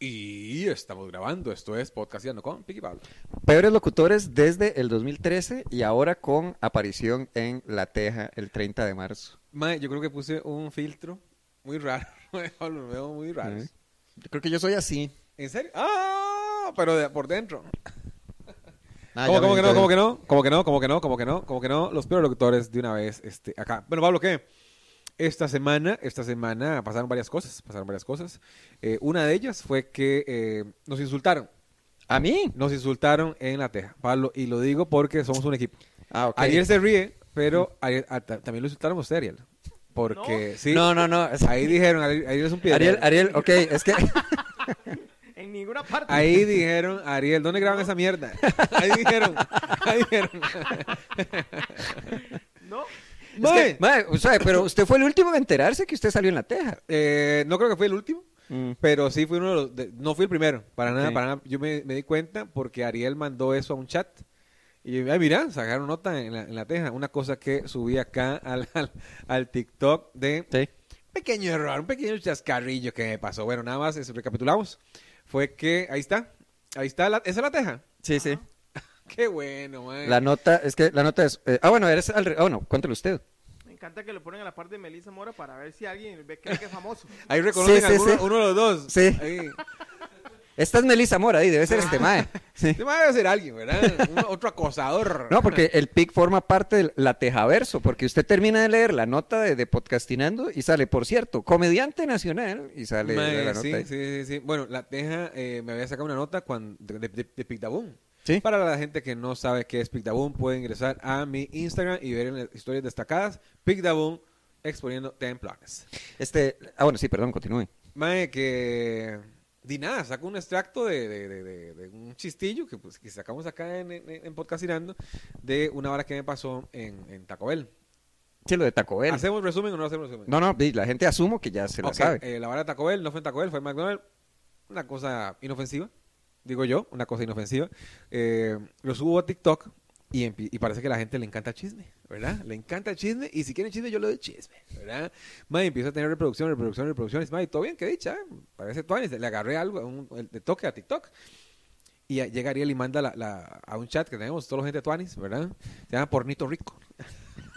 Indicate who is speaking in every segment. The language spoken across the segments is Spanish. Speaker 1: Y estamos grabando, esto es Podcastando con Piqui Pablo.
Speaker 2: Peores locutores desde el 2013 y ahora con aparición en La Teja el 30 de marzo.
Speaker 1: Mae, yo creo que puse un filtro muy raro, mae, Pablo, me veo muy raro.
Speaker 2: Ujú. Yo creo que yo soy así.
Speaker 1: ¿En serio? ¡Ah! Pero de- por dentro.
Speaker 2: Ah,
Speaker 1: ¿Cómo,
Speaker 2: ya
Speaker 1: cómo
Speaker 2: me
Speaker 1: que no?
Speaker 2: enteré.
Speaker 1: ¿Cómo que no? ¿Cómo que no? ¿Cómo que no? ¿Cómo que no? ¿Cómo que no? Los peores locutores de una vez este, acá. Bueno, Pablo, ¿qué? Esta semana, esta semana pasaron varias cosas, pasaron varias cosas. Eh, una de ellas fue que eh, nos insultaron,
Speaker 2: ¿A mí?
Speaker 1: nos insultaron en la teja, Pablo, y lo digo porque somos un equipo.
Speaker 2: Ah, ok.
Speaker 1: Ayer se ríe, pero ayer- ah, ta- también lo insultaron a usted, Ariel. Porque, sí,
Speaker 2: No, no, no. es-
Speaker 1: ahí dijeron, Ariel, Ariel es un piedra.
Speaker 2: Ariel, Ariel, ok, es que
Speaker 3: En ninguna parte.
Speaker 1: Ahí dijeron, Ariel, ¿dónde graban esa mierda? Ahí dijeron, ahí dijeron.
Speaker 3: No.
Speaker 2: Es que,
Speaker 1: Mae,
Speaker 2: mae, o sea, pero usted fue el último en enterarse que usted salió en la teja.
Speaker 1: eh, no creo que fue el último,
Speaker 2: Mm.
Speaker 1: pero sí fui uno de los. de- no fui el primero, para nada,
Speaker 2: Ok.
Speaker 1: para nada. Yo me, me di cuenta porque Ariel mandó eso a un chat. Y yo, ay, mira, sacaron nota en la, en la teja. Una cosa que subí acá al, al, al TikTok de
Speaker 2: Sí.
Speaker 1: pequeño error, un pequeño chascarrillo que me pasó. Bueno, nada más, es- recapitulamos. Fue que, ahí está, ahí está, la, esa es la teja.
Speaker 2: Sí, sí.
Speaker 1: Qué bueno, man.
Speaker 2: Ah, La nota, es que la nota es. eh, ah, bueno, eres al. re- Ah, bueno, cuéntelo usted.
Speaker 3: Me encanta que lo ponen a la par de Melissa Mora para ver si alguien ve- cree que es famoso.
Speaker 1: Ahí reconocen
Speaker 2: Sí,
Speaker 1: a
Speaker 2: sí,
Speaker 1: alguno-
Speaker 2: sí.
Speaker 1: uno de los dos.
Speaker 2: Sí.
Speaker 1: Ahí.
Speaker 2: Esta es Melissa Mora, ahí debe ser este mae. Sí.
Speaker 1: Este man debe ser alguien, ¿verdad? Un- otro acosador.
Speaker 2: No, porque eh, el PIC forma parte del la tejaverso, porque usted termina de leer la nota de, de Podcastinando y sale, por cierto, comediante nacional, y sale
Speaker 1: Mae,
Speaker 2: la nota.
Speaker 1: sí,
Speaker 2: ahí.
Speaker 1: sí, sí, sí. Bueno, la teja eh, me había sacado una nota cuando, de, de, de Pictaboom.
Speaker 2: Sí.
Speaker 1: Para la gente que no sabe qué es Pictaboom, puede ingresar a mi Instagram y ver en las historias destacadas Pictaboom exponiendo templones.
Speaker 2: Este, ah, bueno, sí, perdón, continúe.
Speaker 1: Mae, que. Di nada, saco un extracto de, de- de- de- de un chistillo que, pues, que sacamos acá en, en, en Podcastinando de una hora que me pasó en, en Taco Bell.
Speaker 2: Sí, lo de Taco Bell.
Speaker 1: ¿Hacemos resumen o no hacemos resumen?
Speaker 2: No, no, di, la gente asumo que ya se la
Speaker 1: Ok,
Speaker 2: sabe.
Speaker 1: eh, la vara de Taco Bell no fue en Taco Bell, fue en McDonald's. Una cosa inofensiva, digo yo, una cosa inofensiva. Eh, lo subo a TikTok y, empi- y parece que a la gente le encanta el chisme, ¿verdad? Le encanta el chisme y si quieren chisme yo le doy chisme, ¿verdad? Mae, empieza a tener reproducción, reproducción, reproducciones. Mae, todo bien, qué dicha, ¿eh? Parece todo Le agarré algo, un, el- de toque a TikTok. Y a- llega Ariel y manda la- la- a un chat que tenemos, toda la gente de Tuanis, ¿verdad? Se llama Pornito Rico.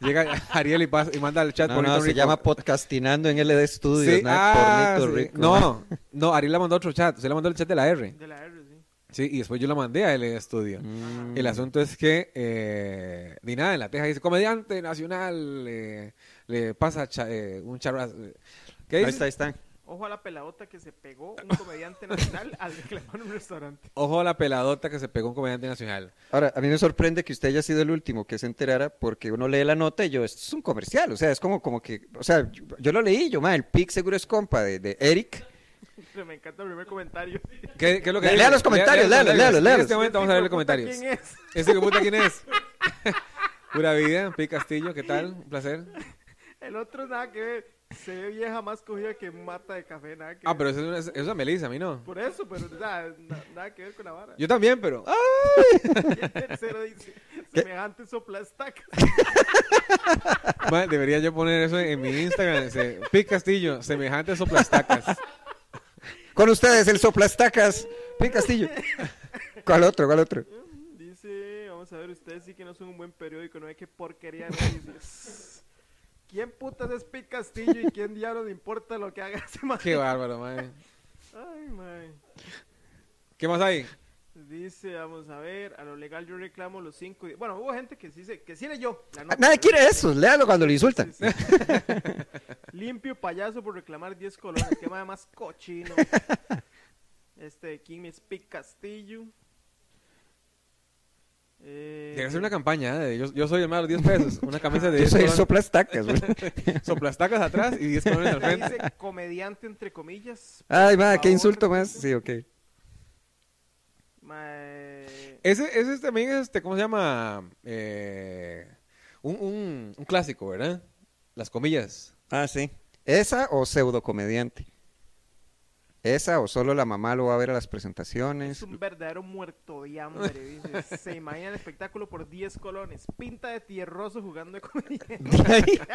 Speaker 1: llega Ariel y, pasa- y manda al chat
Speaker 2: No,
Speaker 1: Pornito
Speaker 2: no, se
Speaker 1: Rico.
Speaker 2: llama Podcastinando en LD Studios,
Speaker 1: Sí,
Speaker 2: ¿no?
Speaker 1: ah,
Speaker 2: Pornito
Speaker 1: sí.
Speaker 2: Rico.
Speaker 1: No, no, Ariel la mandó a otro chat. Se la mandó el chat de la R.
Speaker 3: De la R, sí.
Speaker 1: Sí, y después yo la mandé a LA Studio.
Speaker 2: Mm.
Speaker 1: El asunto es que eh, ni nada en la teja dice comediante nacional eh, le pasa cha- eh, un charras. ¿Qué
Speaker 2: Ahí
Speaker 1: dice?
Speaker 2: está, ahí está.
Speaker 3: Ojo a la peladota que se pegó un comediante nacional al reclamar un restaurante.
Speaker 1: Ojo a la peladota que se pegó un comediante nacional.
Speaker 2: Ahora, a mí me sorprende que usted haya sido el último que se enterara porque uno lee la nota y yo, esto es un comercial, o sea, es como, como que, o sea, yo, yo lo leí, yo, ma, el PIC seguro es compa de, de Eric.
Speaker 3: Pero me encanta el primer comentario.
Speaker 1: ¿Qué, qué es lo que
Speaker 2: Lea-
Speaker 1: dice?
Speaker 2: lea los comentarios, léalos, léalos,
Speaker 1: En
Speaker 2: léalos.
Speaker 1: este momento vamos a ver los comentarios.
Speaker 3: ¿Quién es?
Speaker 1: ¿Este que puta quién es? Pura vida, Pi Castillo, ¿qué tal? Un placer.
Speaker 3: El otro nada que ver. Se ve vieja más cogida que mata de café, nada que
Speaker 1: Ah,
Speaker 3: ver.
Speaker 1: pero eso es una, eso es una Melissa, a mí no.
Speaker 3: Por eso, pero nada, na- nada que ver con la vara.
Speaker 1: Yo también, pero.
Speaker 3: Y el tercero dice, semejante sopla estaca.
Speaker 1: Ma, debería yo poner eso en mi Instagram. dice, Pic Castillo, semejante soplastacas.
Speaker 2: Con ustedes, el soplastacas, PIC Castillo. ¿Cuál otro, cuál otro?
Speaker 3: Dice, vamos a ver, ustedes sí que no son un buen periódico, no hay que porquería de noticias. ¿Quién putas es Pete Castillo y quién diablos le importa lo que haga ese man?
Speaker 1: Qué bárbaro, man.
Speaker 3: Ay, man.
Speaker 1: ¿Qué más hay?
Speaker 3: Dice, vamos a ver, a lo legal yo reclamo los cinco. di- Bueno, hubo gente que sí, se, que sí leyó. la
Speaker 2: Ah,
Speaker 3: nota,
Speaker 2: Nadie
Speaker 3: ¿verdad?
Speaker 2: quiere eso, léalo cuando lo
Speaker 3: Sí,
Speaker 2: insultan.
Speaker 3: sí. Limpio payaso por reclamar 10 colones, que más más cochino. Este, ¿quién es Pete Castillo? Eh,
Speaker 1: Debería hacer una campaña ¿eh? yo, yo soy el más de los 10 pesos. Una camisa de
Speaker 2: Yo
Speaker 1: 10
Speaker 2: soy el
Speaker 1: colones.
Speaker 2: soplastacas, güey.
Speaker 1: soplastacas atrás y 10 colones al
Speaker 3: Acá
Speaker 1: frente.
Speaker 3: dice comediante entre comillas.
Speaker 2: Ay, ma,
Speaker 3: Por
Speaker 2: qué
Speaker 3: favor.
Speaker 2: insulto más. Sí, ok.
Speaker 3: Mae,
Speaker 1: Ese, ese también es, este, ¿cómo se llama? Eh, un, un, un clásico, ¿verdad? Las comillas.
Speaker 2: Ah, sí. ¿Esa o pseudocomediante? ¿Esa o solo la mamá lo va a ver a las
Speaker 3: es
Speaker 2: presentaciones?
Speaker 3: un verdadero muerto de hambre. dice. Se imagina el espectáculo por 10 colones. Pinta de tierroso jugando de comediante.
Speaker 1: Qué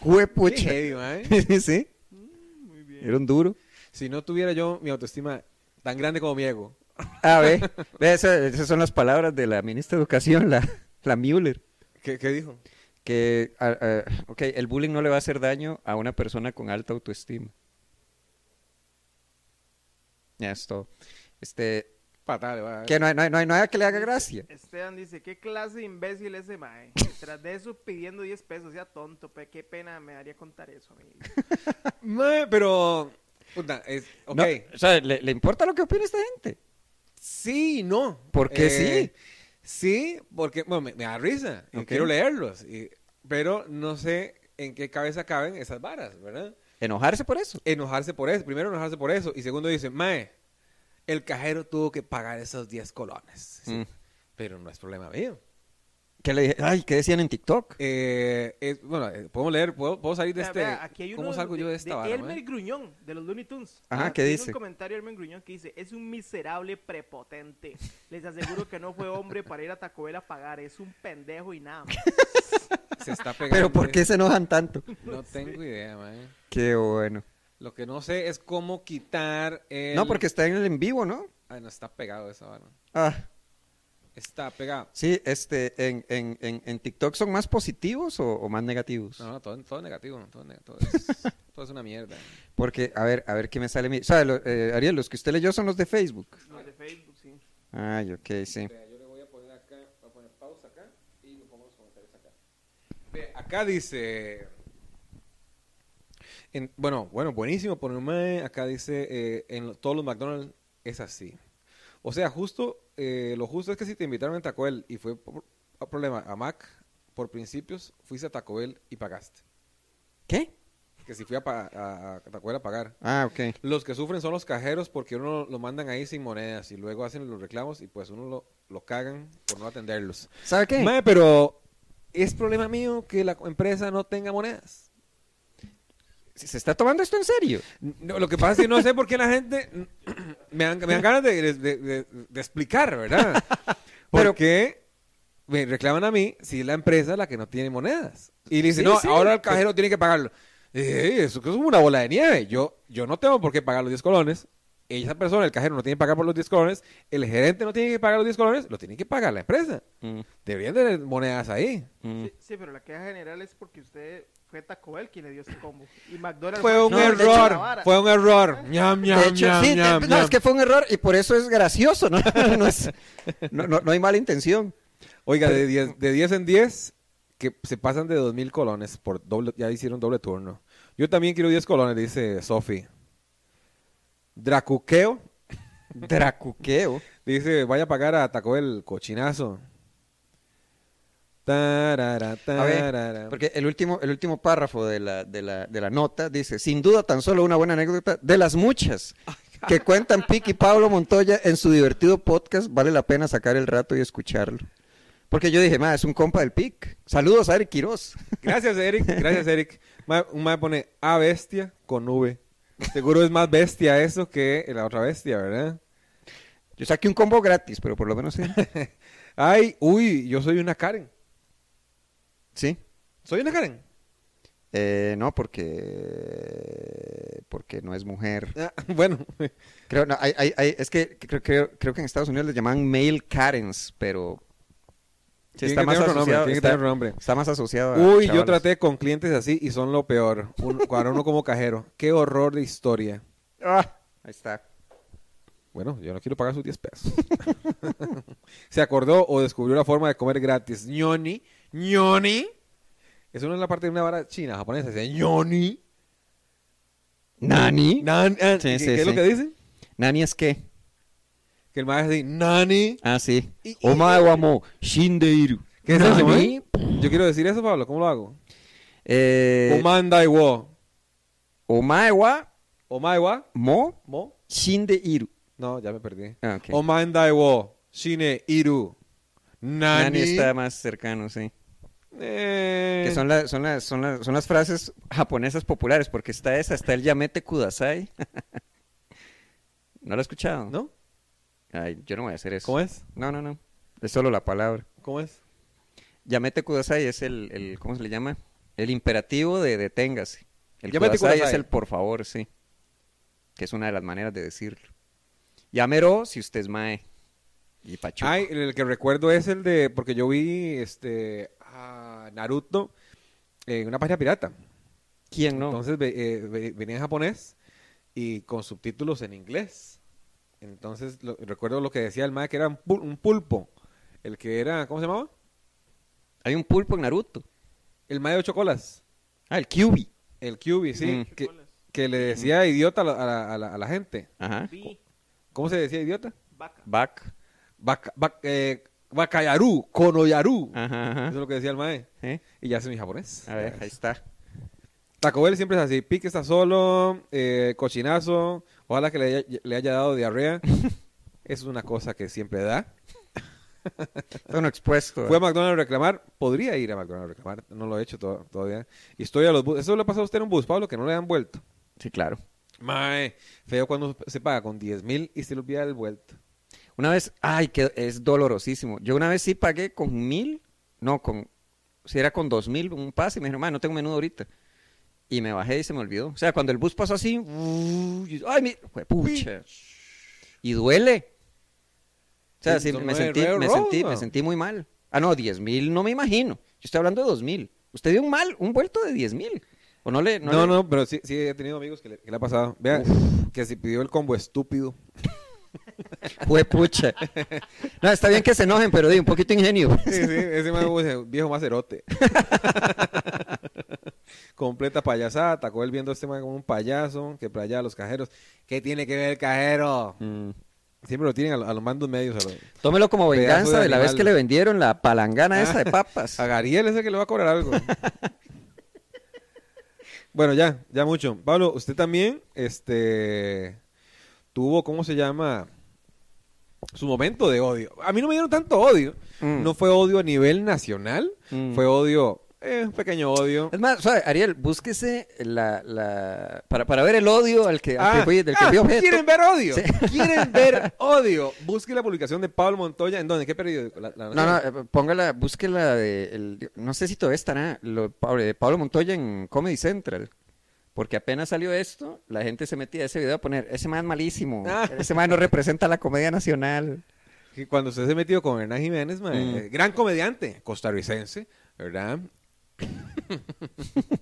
Speaker 2: Juepucha.
Speaker 1: heavy, man.
Speaker 2: Sí, sí,
Speaker 3: Muy bien.
Speaker 2: era un duro.
Speaker 1: Si no tuviera yo mi autoestima tan grande como mi ego.
Speaker 2: Ah, ve, ve esa- esas son las palabras de la ministra de Educación, la, la Müller,
Speaker 1: ¿Qué, qué dijo?
Speaker 2: que, ah, ah, ok, el bullying no le va a hacer daño a una persona con alta autoestima. Ya es todo. Este,
Speaker 1: Fatal, va.
Speaker 2: que no hay, no hay- no hay nada que le haga gracia.
Speaker 3: Esteban dice, ¿qué clase de imbécil ese mae? Tras de eso pidiendo 10 pesos, ya tonto, pe, qué pena me daría contar eso, amigo.
Speaker 1: Mae, pero. Puta, es. Ok.
Speaker 2: No, o sea, le, le importa lo que opine esta gente.
Speaker 1: Sí, y no. Eh,
Speaker 2: ¿Por qué sí?
Speaker 1: Sí, porque bueno, me, me da risa y
Speaker 2: Ok.
Speaker 1: quiero leerlos, y- pero no sé en qué cabeza caben esas varas, ¿verdad?
Speaker 2: Enojarse por eso.
Speaker 1: Enojarse por eso, primero enojarse por eso, y segundo dice, mae, el cajero tuvo que pagar esos 10 colones, Sí,
Speaker 2: Mm.
Speaker 1: pero no es problema mío.
Speaker 2: Que le dije, ay, ¿qué decían en TikTok?
Speaker 1: Eh, es- bueno, eh, podemos leer, puedo, puedo salir de
Speaker 3: Vea,
Speaker 1: este...
Speaker 3: vea, aquí hay
Speaker 1: ¿Cómo
Speaker 3: uno
Speaker 1: salgo yo de esta vara?
Speaker 3: Elmer
Speaker 1: mae?
Speaker 3: Gruñón, de los Looney Tunes.
Speaker 2: Ajá,
Speaker 3: Ah,
Speaker 2: ¿qué
Speaker 3: tiene
Speaker 2: dice?
Speaker 3: un comentario de Elmer Gruñón que dice, es un miserable prepotente. Les aseguro que no fue hombre para ir a Taco Bell a pagar, es un pendejo y nada más.
Speaker 1: Se está pegando.
Speaker 2: Pero ¿por qué se enojan tanto?
Speaker 1: No tengo idea, mae.
Speaker 2: Qué bueno.
Speaker 1: Lo que no sé es cómo quitar el...
Speaker 2: No, porque está en el en vivo, ¿no?
Speaker 1: Ah, no, está pegado esa vara.
Speaker 2: Ah,
Speaker 1: Está pegado.
Speaker 2: sí, este, en, en, en, en TikTok son más positivos o, o más negativos.
Speaker 1: No, no, todo, todo es negativo, todo, es neg- todo es, todo es una mierda.
Speaker 2: Porque, a ver, a ver qué me sale mi. O sea, lo- eh, Ariel, los que usted leyó son los de Facebook.
Speaker 3: Los de Facebook, sí.
Speaker 2: Ay, ok, sí.
Speaker 1: Vea, yo le voy a poner acá, voy a poner pausa acá y lo pongo los comentarios acá. Vea, acá dice... en- bueno, bueno, buenísimo por un mae, Acá dice, eh, en lo- todos los McDonald's es así. O sea, justo, eh, lo justo es que si te invitaron a Taco Bell y fue por- a problema a Mac, por principios, fuiste a Taco Bell y pagaste.
Speaker 2: ¿Qué?
Speaker 1: Que si fui a, pa- a- a Taco Bell a pagar.
Speaker 2: Ah, ok.
Speaker 1: Los que sufren son los cajeros porque uno lo mandan ahí sin monedas y luego hacen los reclamos y pues uno lo, lo cagan por no atenderlos.
Speaker 2: ¿Sabe qué?
Speaker 1: Mae, pero es problema mío que la empresa no tenga monedas.
Speaker 2: ¿Se se está tomando esto en serio?
Speaker 1: No, lo que pasa es que no sé por qué la gente me dan, me dan ganas de, de- de- de explicar, ¿verdad?
Speaker 2: Pero-
Speaker 1: Porque me reclaman a mí si es la empresa la que no tiene monedas. Y dice,
Speaker 2: Sí,
Speaker 1: no,
Speaker 2: sí.
Speaker 1: ahora el cajero tiene que pagarlo. Eh, eso que es como una bola de nieve. Yo, yo no tengo por qué pagar los 10 colones. Esa persona, el cajero, no tiene que pagar por los 10 colones. El gerente no tiene que pagar los 10 colones. Lo tiene que pagar la empresa.
Speaker 2: Mm,
Speaker 1: Deberían tener monedas ahí.
Speaker 2: mm.
Speaker 3: Sí, sí, pero la queja general es porque usted fue Taco Bell quien le dio este combo. Y McDonald's
Speaker 1: Fue un
Speaker 2: No, de hecho,
Speaker 1: error. fue un error. Ñam, ñam,
Speaker 2: De hecho,
Speaker 1: ñam,
Speaker 2: sí, de-
Speaker 1: ñam,
Speaker 2: no,
Speaker 1: ñam.
Speaker 2: es que fue un error y por eso es gracioso, ¿no? No, es- no- no- no hay mala intención.
Speaker 1: Oiga, de 10 de 10 en 10, que se pasan de 2.000 colones por doble, ya hicieron doble turno. Yo también quiero 10 colones, dice Sofi. Dracuqueo,
Speaker 2: Dracuqueo.
Speaker 1: dice, vaya a pagar a Taco el cochinazo. Tarara,
Speaker 2: A
Speaker 1: tarara.
Speaker 2: ver, porque el último, el último párrafo de la, de, la, de la nota dice, sin duda tan solo una buena anécdota de las muchas que cuentan Piqui y Pablo Montoya en su divertido podcast, vale la pena sacar el rato y escucharlo. Porque yo dije, ma, es un compa del PIC. Saludos a Ari Quiroz.
Speaker 1: Gracias, Eric. Gracias, Eric. Ma- Un mae pone A bestia con V. Seguro es más bestia eso que la otra bestia, ¿verdad?
Speaker 2: Yo saqué un combo gratis, pero por lo menos sí.
Speaker 1: Ay, uy, yo soy una Karen.
Speaker 2: Sí.
Speaker 1: ¿Soy una Karen?
Speaker 2: Eh, no, porque... Porque no es mujer.
Speaker 1: Ah, bueno.
Speaker 2: Creo, no, hay- hay- hay- es que creo, creo- creo que en Estados Unidos les llaman male Karens, pero... Sí,
Speaker 1: Tiene que tener otro nombre, tiene que
Speaker 2: está-
Speaker 1: tener otro nombre.
Speaker 2: Está más asociado a
Speaker 1: Uy, yo
Speaker 2: chavalos.
Speaker 1: traté con clientes así y son lo peor. Uno, para uno como cajero. Qué horror de historia.
Speaker 2: Ah, ahí está.
Speaker 1: Bueno, yo no quiero pagar sus 10 pesos. Se acordó o descubrió la forma de comer gratis. ñoni. ñoni. Eso no es la parte de una vara china, japonesa. Dice ñoni.
Speaker 2: ¿Nani?
Speaker 1: Nan- ah,
Speaker 2: Sí,
Speaker 1: ¿Qué,
Speaker 2: sí,
Speaker 1: qué es
Speaker 2: sí.
Speaker 1: lo que dicen?
Speaker 2: ¿Nani es qué?
Speaker 1: Que el maestro dice nani.
Speaker 2: Ah, sí.
Speaker 1: Y- y-
Speaker 2: Omae wa mo shindeiru.
Speaker 1: ¿Qué es eso,
Speaker 2: Nani?
Speaker 1: eh? Yo quiero decir eso, Pablo. ¿Cómo lo hago?
Speaker 2: Eh,
Speaker 1: Omandai wo.
Speaker 2: omae wa
Speaker 1: Omai wa.
Speaker 2: mo
Speaker 1: Mo.
Speaker 2: shindeiru.
Speaker 1: No, ya me perdí.
Speaker 2: Ah, ok.
Speaker 1: Omandai wo. Shine iru. Nani.
Speaker 2: Nani está más cercano, sí.
Speaker 1: Eh,
Speaker 2: Que son, la- son, las- son, las- son las frases japonesas populares, porque está esa, está el Yamete Kudasai. ¿No lo he escuchado?
Speaker 1: ¿No?
Speaker 2: Ay, yo no voy a hacer eso.
Speaker 1: ¿Cómo es?
Speaker 2: No, no, no. Es solo la palabra.
Speaker 1: ¿Cómo es?
Speaker 2: Yamete Kudasai es el, el- ¿cómo se le llama? El imperativo de deténgase. El
Speaker 1: Yamete
Speaker 2: kudasai,
Speaker 1: kudasai.
Speaker 2: es el por favor, sí. que es una de las maneras de decirlo. Llámelo si usted es mae. Y pachuco.
Speaker 1: Ay, el que recuerdo es el de, porque yo vi este a Naruto en una página pirata.
Speaker 2: ¿Quién no?
Speaker 1: Entonces ve- eh, ve- venía en japonés y con subtítulos en inglés. Entonces lo- recuerdo lo que decía el mae que era un, pul- un pulpo. El que era, ¿cómo se llamaba?
Speaker 2: Hay un pulpo en Naruto.
Speaker 1: El mae de ocho colas.
Speaker 2: Ah, el Kyubi.
Speaker 1: El Kyubi, sí.
Speaker 2: Mm.
Speaker 1: Que, que le decía idiota a la, a la- a la- a la gente.
Speaker 2: Ajá.
Speaker 3: Vi,
Speaker 1: ¿Cómo se decía idiota?
Speaker 3: vaca.
Speaker 2: Back.
Speaker 1: Baka- bak- eh, Bakayaru, Konoyaru.
Speaker 2: Ajá,
Speaker 1: Eso es
Speaker 2: ajá.
Speaker 1: lo que decía el mae.
Speaker 2: ¿Eh?
Speaker 1: Y ya sé mi japonés.
Speaker 2: A ver, ahí está.
Speaker 1: Taco Bell siempre es así. Pique está solo, eh, cochinazo. Ojalá que le haya, le haya dado diarrea. es una cosa que siempre da.
Speaker 2: Está uno expuesto. ¿eh?
Speaker 1: Fue a McDonald's a reclamar. Podría ir a McDonald's a reclamar. No lo he hecho to- todavía. Historia de los buses. Eso le ha pasado a usted en un bus, Pablo, que no le han vuelto.
Speaker 2: Sí, claro.
Speaker 1: Mae, feo cuando se paga con 10 mil y se le olvida el vuelto.
Speaker 2: Una vez, ay, que es dolorosísimo. Yo una vez sí pagué con mil, no, con, si era con dos mil, un pase, y me dijeron, "Ma, no tengo menudo ahorita. Y me bajé y se me olvidó. O sea, cuando el bus pasó así, uh, y- ay, mi, juepucha. Y duele. O sea,
Speaker 1: Sí,
Speaker 2: sí,
Speaker 1: no
Speaker 2: me,
Speaker 1: es
Speaker 2: sentí,
Speaker 1: re
Speaker 2: me,
Speaker 1: rosa.
Speaker 2: sentí, me sentí muy mal. Ah, no, diez mil no me imagino. Yo estoy hablando de dos mil. Usted dio un mal, un vuelto de diez mil. O no le...
Speaker 1: No,
Speaker 2: No,
Speaker 1: no,
Speaker 2: le-
Speaker 1: pero sí, sí he tenido amigos que le, que le ha pasado. Vea, que se pidió el combo estúpido.
Speaker 2: Juepucha. No, está bien que se enojen, pero di un poquito de ingenio.
Speaker 1: Sí, sí, ese mae es un viejo macerote. Completa payasada, tacó él viendo a este mae como un payaso, que para allá los cajeros. ¿Qué tiene que ver el cajero?
Speaker 2: Mm.
Speaker 1: Siempre lo tienen a, lo- a los mandos medios. A, los-
Speaker 2: Tómelo como
Speaker 1: Pedazo
Speaker 2: venganza
Speaker 1: de
Speaker 2: de, la vez
Speaker 1: animal. Ah.
Speaker 2: que le vendieron la palangana esa de papas.
Speaker 1: a Gariel ese que le va a cobrar algo. bueno, ya, ya mucho. Pablo, usted también, este, tuvo, ¿cómo se llama? Su momento de odio. A mí no me dieron tanto odio.
Speaker 2: Mm.
Speaker 1: No fue odio a nivel nacional,
Speaker 2: Mm.
Speaker 1: fue odio, eh, un pequeño odio.
Speaker 2: Es más, suave, Ariel, búsquese la, la- para, para ver el odio al que, al que
Speaker 1: Ah,
Speaker 2: fui- del que
Speaker 1: ah,
Speaker 2: fui objeto.
Speaker 1: ¿Quieren ver odio?
Speaker 2: Sí.
Speaker 1: ¿Quieren ver odio? Busque la publicación de Pablo Montoya. ¿En dónde? ¿En qué periódico? La- la
Speaker 2: No, no,
Speaker 1: Nación.
Speaker 2: eh, póngala, búsquela de, el- no sé si todavía estará, lo, Pablo, de Pablo Montoya en Comedy Central. Porque apenas salió esto, la gente se metía a ese video a poner, ese man es malísimo,
Speaker 1: Ah.
Speaker 2: ese man no representa la comedia nacional.
Speaker 1: Que Cuando usted se metió con Hernán Jiménez, mae,
Speaker 2: Mm.
Speaker 1: eh, gran comediante costarricense, ¿verdad?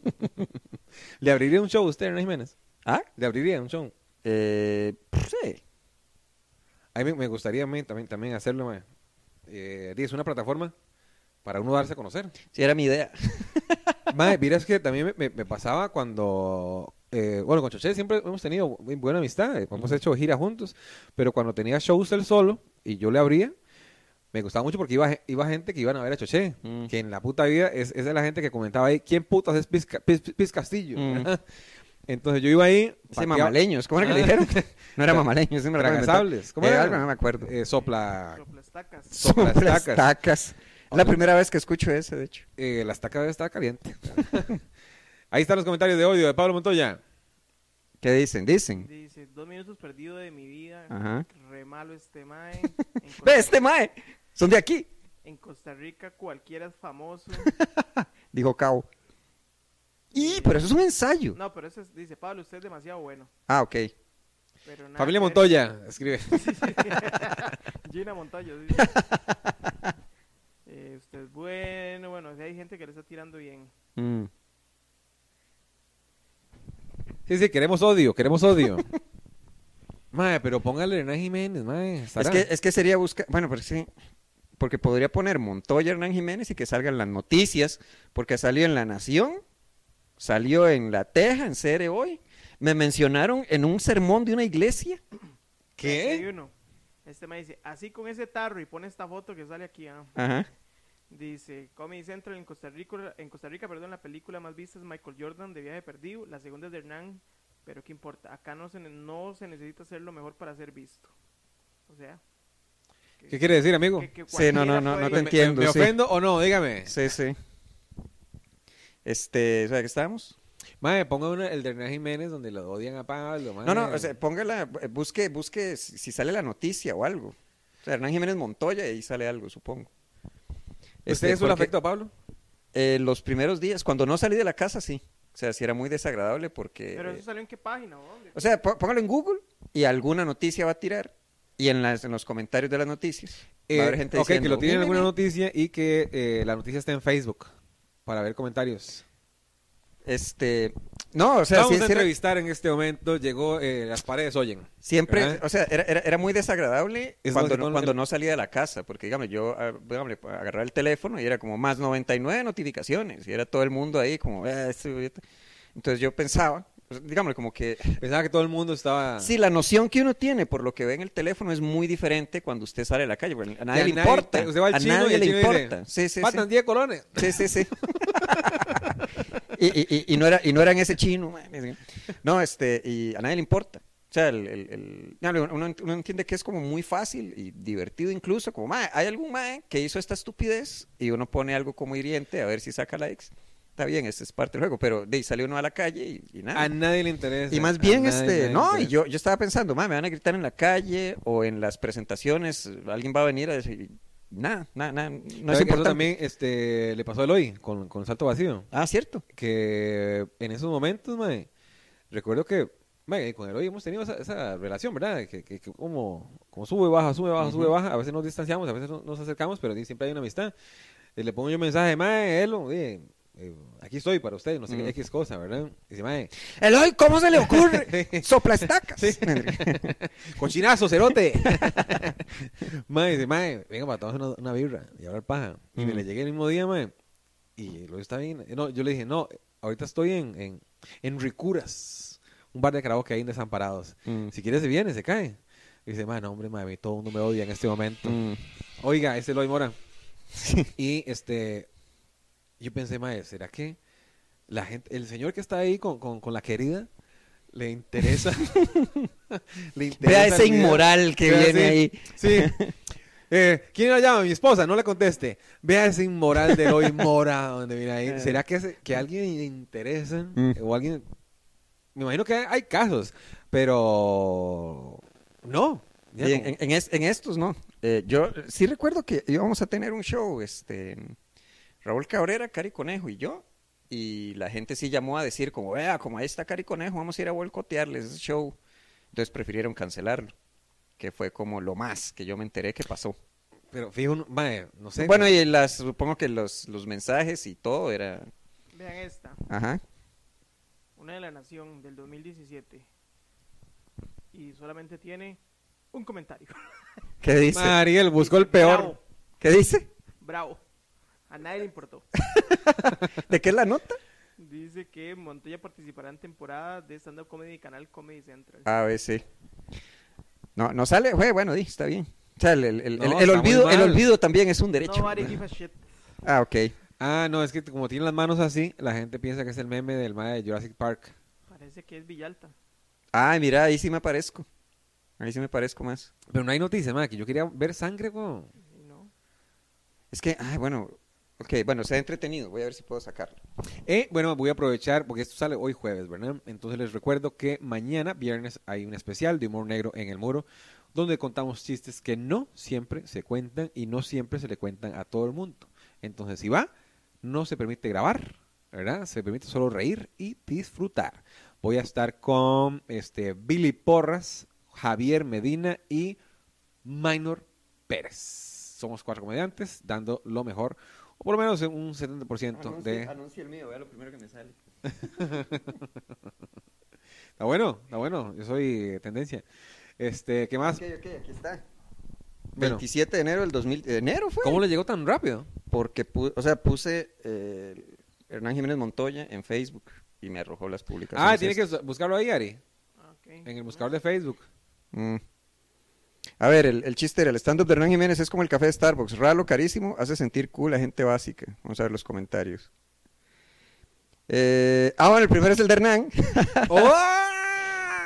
Speaker 1: ¿Le abriría un show a usted, Hernán Jiménez?
Speaker 2: ¿Ah?
Speaker 1: ¿Le abriría un show?
Speaker 2: Eh, pff, sí.
Speaker 1: A mí me- me gustaría a mí también, también hacerlo, mae. Eh, di, es una plataforma para uno darse a conocer.
Speaker 2: sí, era mi idea.
Speaker 1: Mae, mira, es que también me, me- me pasaba cuando. eh, bueno, con Choché siempre hemos tenido bu- buena amistad, eh, hemos hecho giras juntos, pero cuando tenía shows él solo y yo le abría, me gustaba mucho porque iba, ge- iba gente que iban a ver a Choché,
Speaker 2: Mm.
Speaker 1: que en la puta vida es, es de la gente que comentaba ahí, ¿quién putas es Piz, Ca- Piz- Piz Castillo?
Speaker 2: Mm.
Speaker 1: Entonces yo iba ahí.
Speaker 2: Sí,
Speaker 1: pateaba-
Speaker 2: mamaleños. ¿Cómo era que le
Speaker 1: Ah.
Speaker 2: dijeron? No era mamaleños, sí me lo acaban de inventar.
Speaker 1: Tragasables, ¿cómo
Speaker 2: Eh,
Speaker 1: era?
Speaker 2: algo, no me acuerdo.
Speaker 1: Eh, sopla.
Speaker 3: Soplastacas.
Speaker 1: Sopla
Speaker 2: Sopla
Speaker 1: estacas.
Speaker 2: estacas. Es la primera vez que escucho ese, de hecho.
Speaker 1: eh, la estaca estaba caliente. ahí están los comentarios de odio de Pablo Montoya.
Speaker 2: ¿Qué dicen? Dicen.
Speaker 3: Dice, dos minutos perdido de mi vida.
Speaker 2: Ajá.
Speaker 3: Re malo este mae. En Costa-
Speaker 2: ¡Ve, este mae! Son de aquí.
Speaker 3: En Costa Rica cualquiera es famoso.
Speaker 2: Dijo Cao. ¡Y! Pero eso es un ensayo.
Speaker 3: No, pero eso es- dice, Pablo, usted es demasiado bueno.
Speaker 2: Ah, ok.
Speaker 3: Pero
Speaker 1: Familia
Speaker 3: nada que ver.
Speaker 1: Montoya, escribe.
Speaker 3: Gina Montoya. dice. Eh, usted es bueno. Bueno, hay gente que le está tirando bien.
Speaker 2: Mm.
Speaker 1: Sí, sí, queremos odio, queremos odio. mae, pero póngale Hernán Jiménez, mae.
Speaker 2: Es,
Speaker 1: estará.
Speaker 2: que, es que sería buscar. Bueno, pero sí. Porque podría poner Montoya Hernán Jiménez y que salgan las noticias. Porque salió en La Nación, salió en La Teja, en Cere hoy. Me mencionaron en un sermón de una iglesia.
Speaker 3: Hay
Speaker 1: ¿Qué?
Speaker 3: uno. Este me dice, así con ese tarro y pone esta foto que sale aquí. ah.
Speaker 2: Ajá.
Speaker 3: Dice, Comedy Central en Costa Rica, en Costa Rica, perdón, la película más vista es Michael Jordan de Viaje Perdido, la segunda es de Hernán, pero qué importa, acá no se, ne- no se necesita hacer lo mejor para ser visto. O sea, que-
Speaker 1: ¿Qué quiere decir, amigo?
Speaker 3: que- que
Speaker 2: Sí, no, no, no,
Speaker 3: cualquiera
Speaker 2: no
Speaker 3: puede
Speaker 1: ¿Me-
Speaker 2: te
Speaker 3: ir.
Speaker 1: me-
Speaker 2: entiendo,
Speaker 1: ¿Me
Speaker 2: sí.
Speaker 1: ofendo o no? Dígame.
Speaker 2: Sí, sí. Este, ¿sabes qué estábamos?
Speaker 1: Mae, ponga una- el de Hernán Jiménez donde lo odian a Pablo, mae. Este,
Speaker 2: No, no, o sea, póngala, eh, busque, busque si si sale la noticia o algo. O sea, Hernán Jiménez Montoya y sale algo, supongo.
Speaker 1: ¿Usted
Speaker 2: Este,
Speaker 1: Pues eso le
Speaker 2: porque,
Speaker 1: afectó a Pablo?
Speaker 2: eh, los primeros días, cuando no salí de la casa, sí. O sea, sí era muy desagradable porque...
Speaker 3: Pero
Speaker 2: eh,
Speaker 3: eso salió en qué página, o dónde.
Speaker 2: O sea, pó- póngalo en Google y alguna noticia va a tirar. Y en, las, en los comentarios de las noticias va a haber gente
Speaker 1: Eh, ok, que
Speaker 2: diciendo,
Speaker 1: lo tienen en
Speaker 2: "Mira,
Speaker 1: alguna
Speaker 2: mira".
Speaker 1: noticia y que eh, la noticia está en Facebook para ver comentarios.
Speaker 2: Este, no, o sea,
Speaker 1: Vamos
Speaker 2: sí-
Speaker 1: a
Speaker 2: sí era-
Speaker 1: entrevistar en este momento. Llegó eh, Las Paredes Oyen.
Speaker 2: siempre,
Speaker 1: ¿verdad?
Speaker 2: o sea, era, era- era muy desagradable
Speaker 1: ¿Eh? Es
Speaker 2: cuando,
Speaker 1: donde
Speaker 2: no,
Speaker 1: ponen
Speaker 2: cuando
Speaker 1: el-
Speaker 2: no salía de la casa, porque digamos, yo ah, dígame, agarraba el teléfono y era como más 99 notificaciones y era todo el mundo ahí como, "Ah, esto y esto". entonces yo pensaba, digamos, como que
Speaker 1: Pensaba que todo el mundo estaba.
Speaker 2: Sí, la noción que uno tiene por lo que ve en el teléfono es muy diferente cuando usted sale a la calle. porque A nadie
Speaker 1: Ya
Speaker 2: le importa.
Speaker 1: Usted va al
Speaker 2: a
Speaker 1: chino y
Speaker 2: nadie
Speaker 1: el
Speaker 2: le
Speaker 1: chino dice,
Speaker 2: importa. Sí, sí,
Speaker 1: Faltan
Speaker 2: sí.
Speaker 1: 10 colones.
Speaker 2: Sí, sí, sí. y, y- y- y no era, y no eran ese chino. man. No, este, y a nadie le importa. O sea, el, el- el- no, uno, uno entiende que es como muy fácil y divertido incluso. Como, "Mae, hay algún mae que hizo esta estupidez y uno pone algo como hiriente a ver si saca likes. Está bien, este es parte del juego, pero de ahí sale uno a la calle y, y nada.
Speaker 1: A nadie le interesa.
Speaker 2: Y más
Speaker 1: A
Speaker 2: bien,
Speaker 1: nadie
Speaker 2: este,
Speaker 1: le
Speaker 2: no, y
Speaker 1: interesa.
Speaker 2: yo, yo estaba pensando, "Ma, me van a gritar en la calle o en las presentaciones, alguien va a venir a decir, nada, nada, nada, no es
Speaker 1: ¿Sabe que Eso
Speaker 2: importante.
Speaker 1: también este, le pasó a Eloy con, con Salto Vacío.
Speaker 2: Ah, cierto.
Speaker 1: Que en esos momentos, mae, recuerdo que mae, con Eloy hemos tenido esa, esa relación, ¿verdad? Que, que- que como, como sube, baja, sube, baja, sube, baja. A veces nos distanciamos, a veces no- nos acercamos, pero di, siempre hay una amistad. Eh, le pongo yo un mensaje, mae, Elo, di, eh, aquí estoy para usted, no sé
Speaker 2: Mm.
Speaker 1: qué X cosa, ¿verdad? Y dice, mae,
Speaker 2: Eloy, ¿cómo se le ocurre? Sopla estacas.
Speaker 1: Cochinazo, cerote. mae, dice, mae, venga, para tomarse una, una birra y hablar paja. Y me
Speaker 2: Mm.
Speaker 1: le llegué el mismo día, mae. Y lo está bien. No, yo le dije, no, ahorita estoy en, en, en Ricuras, un bar de karaoke ahí en Desamparados.
Speaker 2: Mm.
Speaker 1: Si quieres, se viene, se cae. Y dice, mae, no, hombre, mae, a mí todo el mundo me odia en este momento.
Speaker 2: Mm.
Speaker 1: Oiga, ese Eloy Mora. Y este, yo pensé, mae, ¿será que la gente, el señor que está ahí con, con, con la querida, le interesa? le interesa
Speaker 2: Vea ese
Speaker 1: el video?
Speaker 2: inmoral que
Speaker 1: Vea,
Speaker 2: viene
Speaker 1: sí,
Speaker 2: ahí.
Speaker 1: Sí. Eh, ¿Quién la llama? Mi esposa, no le conteste. Vea ese inmoral de Eloy Mora, donde viene ahí. ¿Será que, ese- que a alguien le interesa?
Speaker 2: Mm.
Speaker 1: O alguien. Me imagino que hay casos, pero. No. Ya
Speaker 2: Y
Speaker 1: como-
Speaker 2: en, en- en es- en estos, no. Eh, yo sí recuerdo que íbamos a tener un show, este, Raúl Cabrera, Cari Conejo y yo. Y la gente sí llamó a decir, como, vea, como ahí está Cari Conejo, vamos a ir a boicotearles ese show. Entonces prefirieron cancelarlo, que fue como lo más que yo me enteré que pasó.
Speaker 1: Pero fijo, no- mae, no sé.
Speaker 2: Bueno, y las, supongo que los, los mensajes y todo era.
Speaker 3: Vean esta.
Speaker 2: Ajá.
Speaker 3: Una de la Nación del 2017. Y solamente tiene un comentario.
Speaker 2: ¿Qué dice?
Speaker 1: Mariel buscó el peor.
Speaker 3: Bravo,
Speaker 2: ¿Qué dice?
Speaker 3: bravo. A nadie le importó.
Speaker 2: ¿De qué es la nota?
Speaker 3: Dice que Montoya participará en temporada de stand-up comedy y canal Comedy Central.
Speaker 1: Ah,
Speaker 2: A ver, Ah, sí. No, no sale, güey, bueno, di, está bien. O sea, el, el- el-
Speaker 1: No,
Speaker 2: el
Speaker 1: está muy
Speaker 2: olvido, el
Speaker 1: mal.
Speaker 2: olvido también es un derecho.
Speaker 3: Nobody give a shit.
Speaker 2: Ah, ok.
Speaker 1: Ah, no, es que como tiene las manos así, la gente piensa que es el meme del mae de Jurassic Park.
Speaker 3: Parece que es Villalta.
Speaker 2: Ah, mira, ahí sí me parezco. Ahí sí me parezco más.
Speaker 1: Pero no hay noticias, mae, que yo quería ver sangre, weón.
Speaker 3: Y no.
Speaker 2: Es que, ay, bueno, ok, bueno, se ha entretenido. Voy a ver si puedo sacarlo.
Speaker 1: Eh, bueno, voy a aprovechar, porque esto sale hoy jueves, ¿verdad? Entonces les recuerdo que mañana, viernes, hay un especial de humor negro en el muro, donde contamos chistes que no siempre se cuentan y no siempre se le cuentan a todo el mundo. Entonces, si va, no se permite grabar, ¿verdad? Se permite solo reír y disfrutar. Voy a estar con este Billy Porras, Javier Medina y Minor Pérez. Somos cuatro comediantes dando lo mejor, o por lo menos un 70% de...
Speaker 2: el mío, vea lo primero que me sale.
Speaker 1: Está bueno, está bueno. Yo soy eh, tendencia. Este, ¿qué más?
Speaker 2: ok, aquí está.
Speaker 1: Bueno.
Speaker 2: 27 de enero del 2000. ¿de ¿Enero fue?
Speaker 1: ¿Cómo le llegó tan rápido?
Speaker 2: Porque, pu- o sea, puse eh, Hernán Jiménez Montoya en Facebook y me arrojó las publicaciones.
Speaker 1: Ah, tiene que su- buscarlo ahí, Ari.
Speaker 3: Ah, ok.
Speaker 1: En el buscador de Facebook.
Speaker 2: Mm. A ver, el, el chiste era, el stand-up de Hernán Jiménez es como el café de Starbucks, raro, carísimo, hace sentir cool a gente básica. Vamos a ver los comentarios. Eh, ah, bueno, el primero es el de Hernán.
Speaker 1: ¡Oh!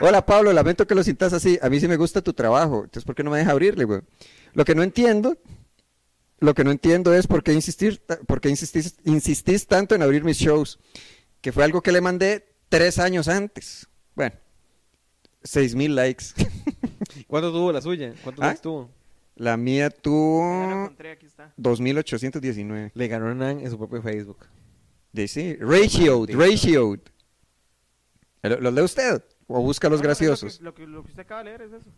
Speaker 2: Hola Pablo, lamento que lo sientas así. A mí sí me gusta tu trabajo. Entonces, ¿por qué no me deja abrirle, güey? Lo que no entiendo, lo que no entiendo es por qué insistir, ta- por qué insistís, insistís tanto en abrir mis shows, que fue algo que le mandé tres años antes. Bueno, seis mil likes.
Speaker 1: ¿Cuánto tuvo la suya? ¿Cuántos
Speaker 2: ¿Ah?
Speaker 1: likes tuvo?
Speaker 2: La mía
Speaker 3: Ya lo
Speaker 2: tuvo
Speaker 3: encontré, aquí está.
Speaker 2: 2819.
Speaker 1: Le ganó Hernán en su propio Facebook.
Speaker 2: Dice, ratio,
Speaker 1: Maldito.
Speaker 2: ratio. ¿Lo- ¿Los lee usted? ¿O busca los
Speaker 3: No, no, es pues lo que-
Speaker 2: graciosos?
Speaker 3: Lo que, lo que usted acaba de leer es eso.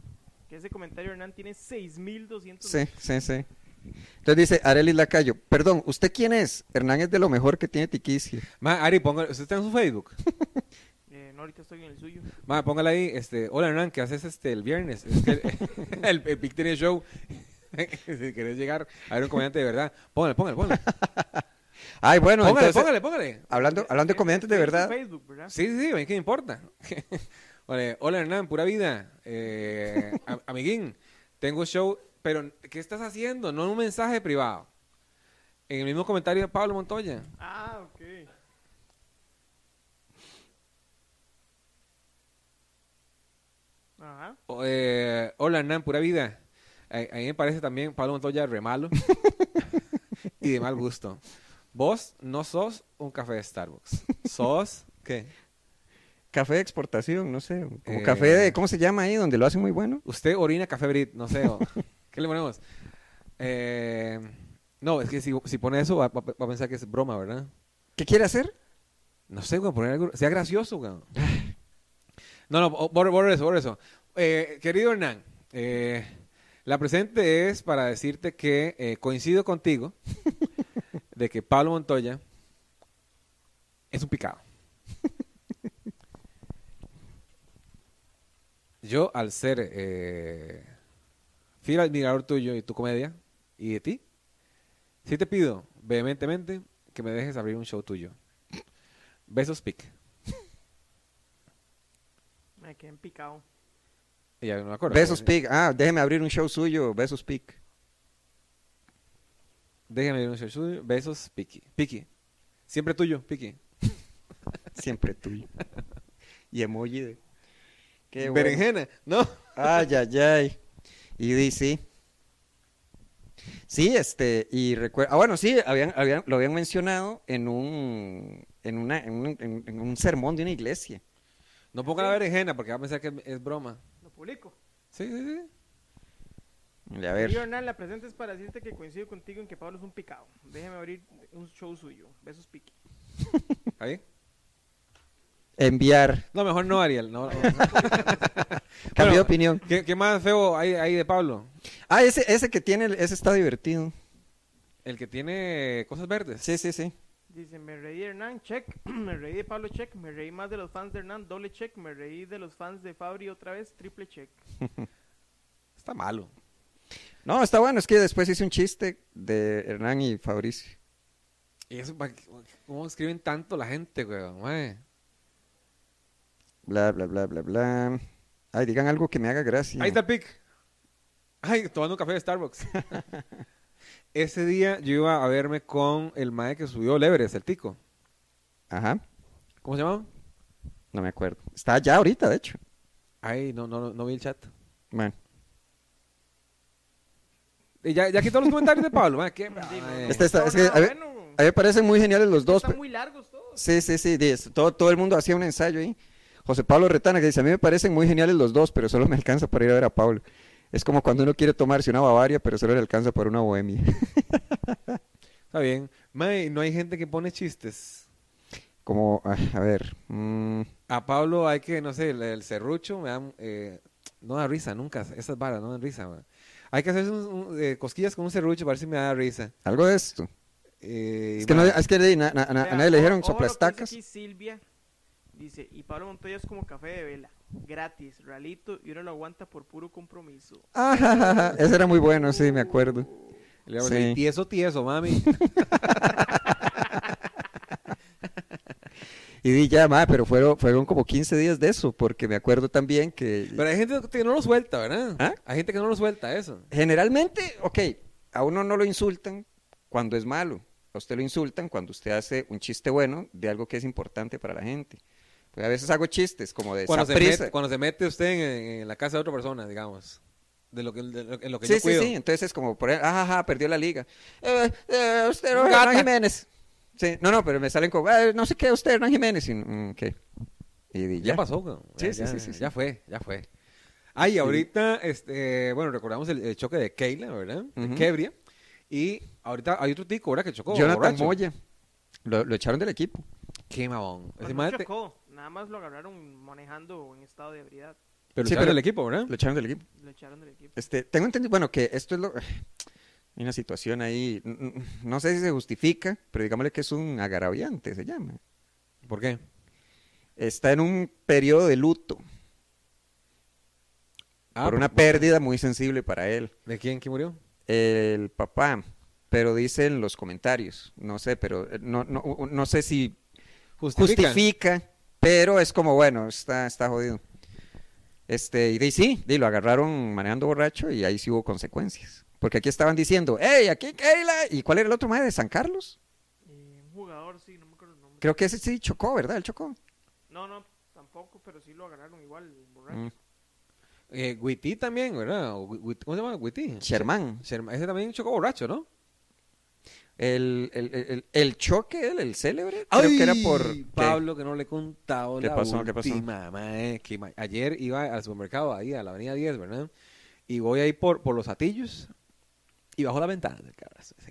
Speaker 3: Que ese comentario, Hernán, tiene 6.200.
Speaker 2: Sí, sí, sí. Entonces dice Arelis Lacayo, perdón, ¿usted quién es? Hernán es de lo mejor que tiene Tiquicia.
Speaker 1: Ma, Ari, ponga, usted está en su Facebook.
Speaker 3: Eh, no, ahorita estoy en el suyo.
Speaker 1: Ma, póngala ahí, este, hola Hernán, ¿qué haces este el viernes? Es que el, el, el Big Tennis Show, si querés llegar a ver un comediante de verdad, póngale, póngale, póngale.
Speaker 2: Ay, bueno,
Speaker 1: póngale,
Speaker 2: entonces,
Speaker 1: póngale, póngale.
Speaker 2: Hablando, hablando de
Speaker 3: Eh,
Speaker 2: comediantes de
Speaker 3: está en su
Speaker 2: verdad,
Speaker 3: Facebook, ¿verdad?
Speaker 1: Sí, sí, sí, a mí ¿qué me importa? Ole, hola Hernán, pura vida. Eh, am- amiguín, tengo show, pero ¿qué estás haciendo? No un mensaje privado. En el mismo comentario de Pablo Montoya.
Speaker 3: Ah, ok. Ajá.
Speaker 1: O- eh, hola Hernán, pura vida. A, a mí me parece también Pablo Montoya re malo y de mal gusto. Vos no sos un café de Starbucks. Sos. ¿Qué?
Speaker 2: café de exportación, no sé, como
Speaker 1: Eh,
Speaker 2: café de, ¿cómo se llama ahí? Donde lo hacen muy bueno.
Speaker 1: Usted orina café Brit, no sé. o- ¿Qué le ponemos? Eh, no, es que si, si pone eso va, va- va a pensar que es broma, ¿verdad?
Speaker 2: ¿Qué quiere hacer?
Speaker 1: No sé, weón, poner algo. Sea gracioso, weón. No, no, bo- borre, borre eso, borre eso. Eh, querido Hernán, eh, la presente es para decirte que eh, coincido contigo de que Pablo Montoya es un picado. Yo, al ser eh, fiel admirador tuyo y tu comedia y de ti, sí te pido vehementemente que me dejes abrir un show tuyo. Besos, pic.
Speaker 3: Me quedé en picado.
Speaker 1: Y ya no me acuerdo.
Speaker 2: Besos Pig, ah, déjeme abrir un show suyo, Besos Pig.
Speaker 1: Déjame ver un show suyo. Besos, Piki. Piki. Siempre tuyo, Piki.
Speaker 2: Siempre tuyo. Y emoji de... Qué bueno.
Speaker 1: Berenjena, ¿no?
Speaker 2: Ay, ay, ay. Y di- sí. Sí, este, y recuerdo, ah, bueno, sí, habían, habían- lo habían mencionado en un, en, una, en, un, en- en un sermón de una iglesia.
Speaker 1: No ponga la berenjena porque va a pensar que es- es broma.
Speaker 3: Lo publico.
Speaker 1: Sí, sí, sí.
Speaker 2: Y A
Speaker 3: Querido
Speaker 2: ver,
Speaker 3: Hernán, la presente es para decirte que coincido contigo en que Pablo es un picado. Déjeme abrir un show suyo. Besos, Piqui.
Speaker 1: ¿Está bien?
Speaker 2: enviar,
Speaker 1: No, mejor no, Ariel. No, no.
Speaker 2: cambio de
Speaker 1: Bueno,
Speaker 2: opinión.
Speaker 1: ¿Qué, qué más feo hay, hay de Pablo?
Speaker 2: Ah, ese, ese que tiene, el- ese está divertido.
Speaker 1: El que tiene cosas verdes.
Speaker 2: Sí, sí, sí.
Speaker 3: Dice, me reí de Hernán, check. Me reí de Pablo, check. Me reí más de los fans de Hernán, doble check. Me reí de los fans de Fabri otra vez, triple check.
Speaker 1: Está malo.
Speaker 2: No, está bueno, es que después hice un chiste de Hernán y Fabricio.
Speaker 1: ¿Y eso pa' qué- cómo escriben tanto la gente, weón? Mae.
Speaker 2: Bla, bla, bla, bla, bla. Ay, digan algo que me haga gracia.
Speaker 1: Ahí está el pic. Ay, tomando un café de Starbucks. Ese día yo iba a verme con el mae que subió el Everest, el tico.
Speaker 2: Ajá,
Speaker 1: ¿Cómo se llamaba?
Speaker 2: no me acuerdo. Está allá ahorita, de hecho.
Speaker 1: Ay, no, no, no, no vi el chat.
Speaker 2: Bueno.
Speaker 1: Y ya, ya quitó los comentarios de Pablo. mae, qué- mae.
Speaker 2: Este está-
Speaker 3: No,
Speaker 2: es que
Speaker 3: nada
Speaker 2: a, mí-
Speaker 3: bueno.
Speaker 2: a mí me parecen muy geniales los dos.
Speaker 3: Están
Speaker 2: pe-
Speaker 3: muy largos todos.
Speaker 2: Sí, sí, sí. di- es- Todo, todo el mundo hacía un ensayo ahí. José Pablo Retana que dice, a mí me parecen muy geniales los dos, pero solo me alcanza para ir a ver a Pablo. Es como cuando uno quiere tomarse una Bavaria, pero solo le alcanza para una Bohemia.
Speaker 1: Está bien. Mae, no hay gente que pone chistes.
Speaker 2: como, ah, a ver. mm,
Speaker 1: A Pablo hay que, no sé, el, el serrucho me da, eh, no da risa nunca. Esas varas no dan risa. mae. Hay que hacerse un- un, eh, cosquillas con un serrucho para ver si me da risa.
Speaker 2: algo de esto.
Speaker 1: Eh,
Speaker 2: Es que, no,
Speaker 1: mae,
Speaker 2: es que di, na- na- na- a
Speaker 3: Vea,
Speaker 2: nadie le
Speaker 3: ojo-
Speaker 2: dijeron
Speaker 3: ojo lo que dice
Speaker 2: soplastacas.
Speaker 3: aquí Silvia dice, y Pablo Montoya es como café de vela. Gratis, realito, y uno lo aguanta por puro compromiso.
Speaker 2: Ah, ja, ja, ja, Ese era muy bueno, sí, me acuerdo.
Speaker 1: le vamos a decir,
Speaker 2: sí.
Speaker 1: tieso, tieso, mami.
Speaker 2: Y di ya, ma, pero fueron, fueron como 15 días de eso, porque me acuerdo también que...
Speaker 1: Pero hay gente que no lo suelta, ¿verdad?
Speaker 2: ¿Ah?
Speaker 1: Hay gente que no lo suelta, eso.
Speaker 2: Generalmente, ok, a uno no lo insultan cuando es malo. A usted lo insultan cuando usted hace un chiste bueno de algo que es importante para la gente. Pues a veces hago chistes como de
Speaker 1: Cuando se,
Speaker 2: Saprissa.
Speaker 1: mete, cuando se mete usted en, en la casa de otra persona, digamos. De lo que, de lo- en lo que
Speaker 2: Sí,
Speaker 1: yo
Speaker 2: sí,
Speaker 1: cuido.
Speaker 2: sí. Entonces es como, por ejemplo, ajá, ajá, perdió la liga. Eh, eh, usted no
Speaker 1: Gata.
Speaker 2: Hernán Jiménez. Sí, no, no, pero me salen como, "Ah, no sé qué, usted Hernán Jiménez. Y, mm, ok. Y di,
Speaker 1: Ya
Speaker 2: ya.
Speaker 1: pasó, weón.
Speaker 2: Sí,
Speaker 1: ya,
Speaker 2: sí,
Speaker 1: ya-
Speaker 2: sí, sí, sí.
Speaker 1: ya fue, ya fue. Ah, y ahorita, este, eh, bueno, recordamos el, el choque de Keila, ¿verdad? De
Speaker 2: Ujú.
Speaker 1: Kebria. Y ahorita hay otro tico, ¿verdad? Que chocó.
Speaker 2: Jonathan
Speaker 1: borracho.
Speaker 2: Moya. Lo, lo echaron del equipo.
Speaker 1: Qué mamón. Ese
Speaker 3: Cuando
Speaker 1: mae te-
Speaker 3: Pues chocó, Nada más lo agarraron manejando en estado de ebriedad.
Speaker 1: Pero
Speaker 2: Sí,
Speaker 1: sí,
Speaker 2: pero-
Speaker 1: el equipo, ¿verdad?
Speaker 2: Lo echaron del equipo.
Speaker 3: Lo echaron del equipo.
Speaker 2: Este, tengo entendido, bueno, que esto es lo... hay Una situación ahí, n- n- no sé si se justifica, pero digámosle que es un agraviante, se llama.
Speaker 1: ¿Por qué?
Speaker 2: Está en un periodo de luto
Speaker 1: Ah,
Speaker 2: por una pérdida muy sensible para él.
Speaker 1: ¿De quién? ¿Quién murió?
Speaker 2: el papá, pero dice en los comentarios, no sé, pero eh, no, no, no sé si justifica. pero es como, bueno, está, está jodido. Este, y de ahí sí, de ahí lo agarraron manejando borracho y ahí sí hubo consecuencias. Porque aquí estaban diciendo, hey, aquí Keila, ¿y cuál era el otro madre de San Carlos?
Speaker 3: Y Eh, un jugador, sí, no me acuerdo el nombre.
Speaker 2: Creo que ese sí chocó, ¿verdad? Él chocó.
Speaker 3: No, no, tampoco, pero sí lo agarraron igual, borracho.
Speaker 2: Mm.
Speaker 1: Eh, Guití también, ¿verdad? O Gui- Gui- ¿Cómo se llama? Guití.
Speaker 2: Sherman.
Speaker 1: Sherman. Ese también chocó borracho, ¿no?
Speaker 2: El, el, el- el- el choque, el, el célebre, creo que era
Speaker 1: Ay,
Speaker 2: por...
Speaker 1: Pablo que no le he contado
Speaker 2: ¿Qué
Speaker 1: la
Speaker 2: pasó? ¿Qué pasó?
Speaker 1: última, mae, que ma- ayer iba al supermercado ahí a la avenida 10, ¿verdad? Y voy ahí por, por los atillos y bajo la ventana del cabrazo.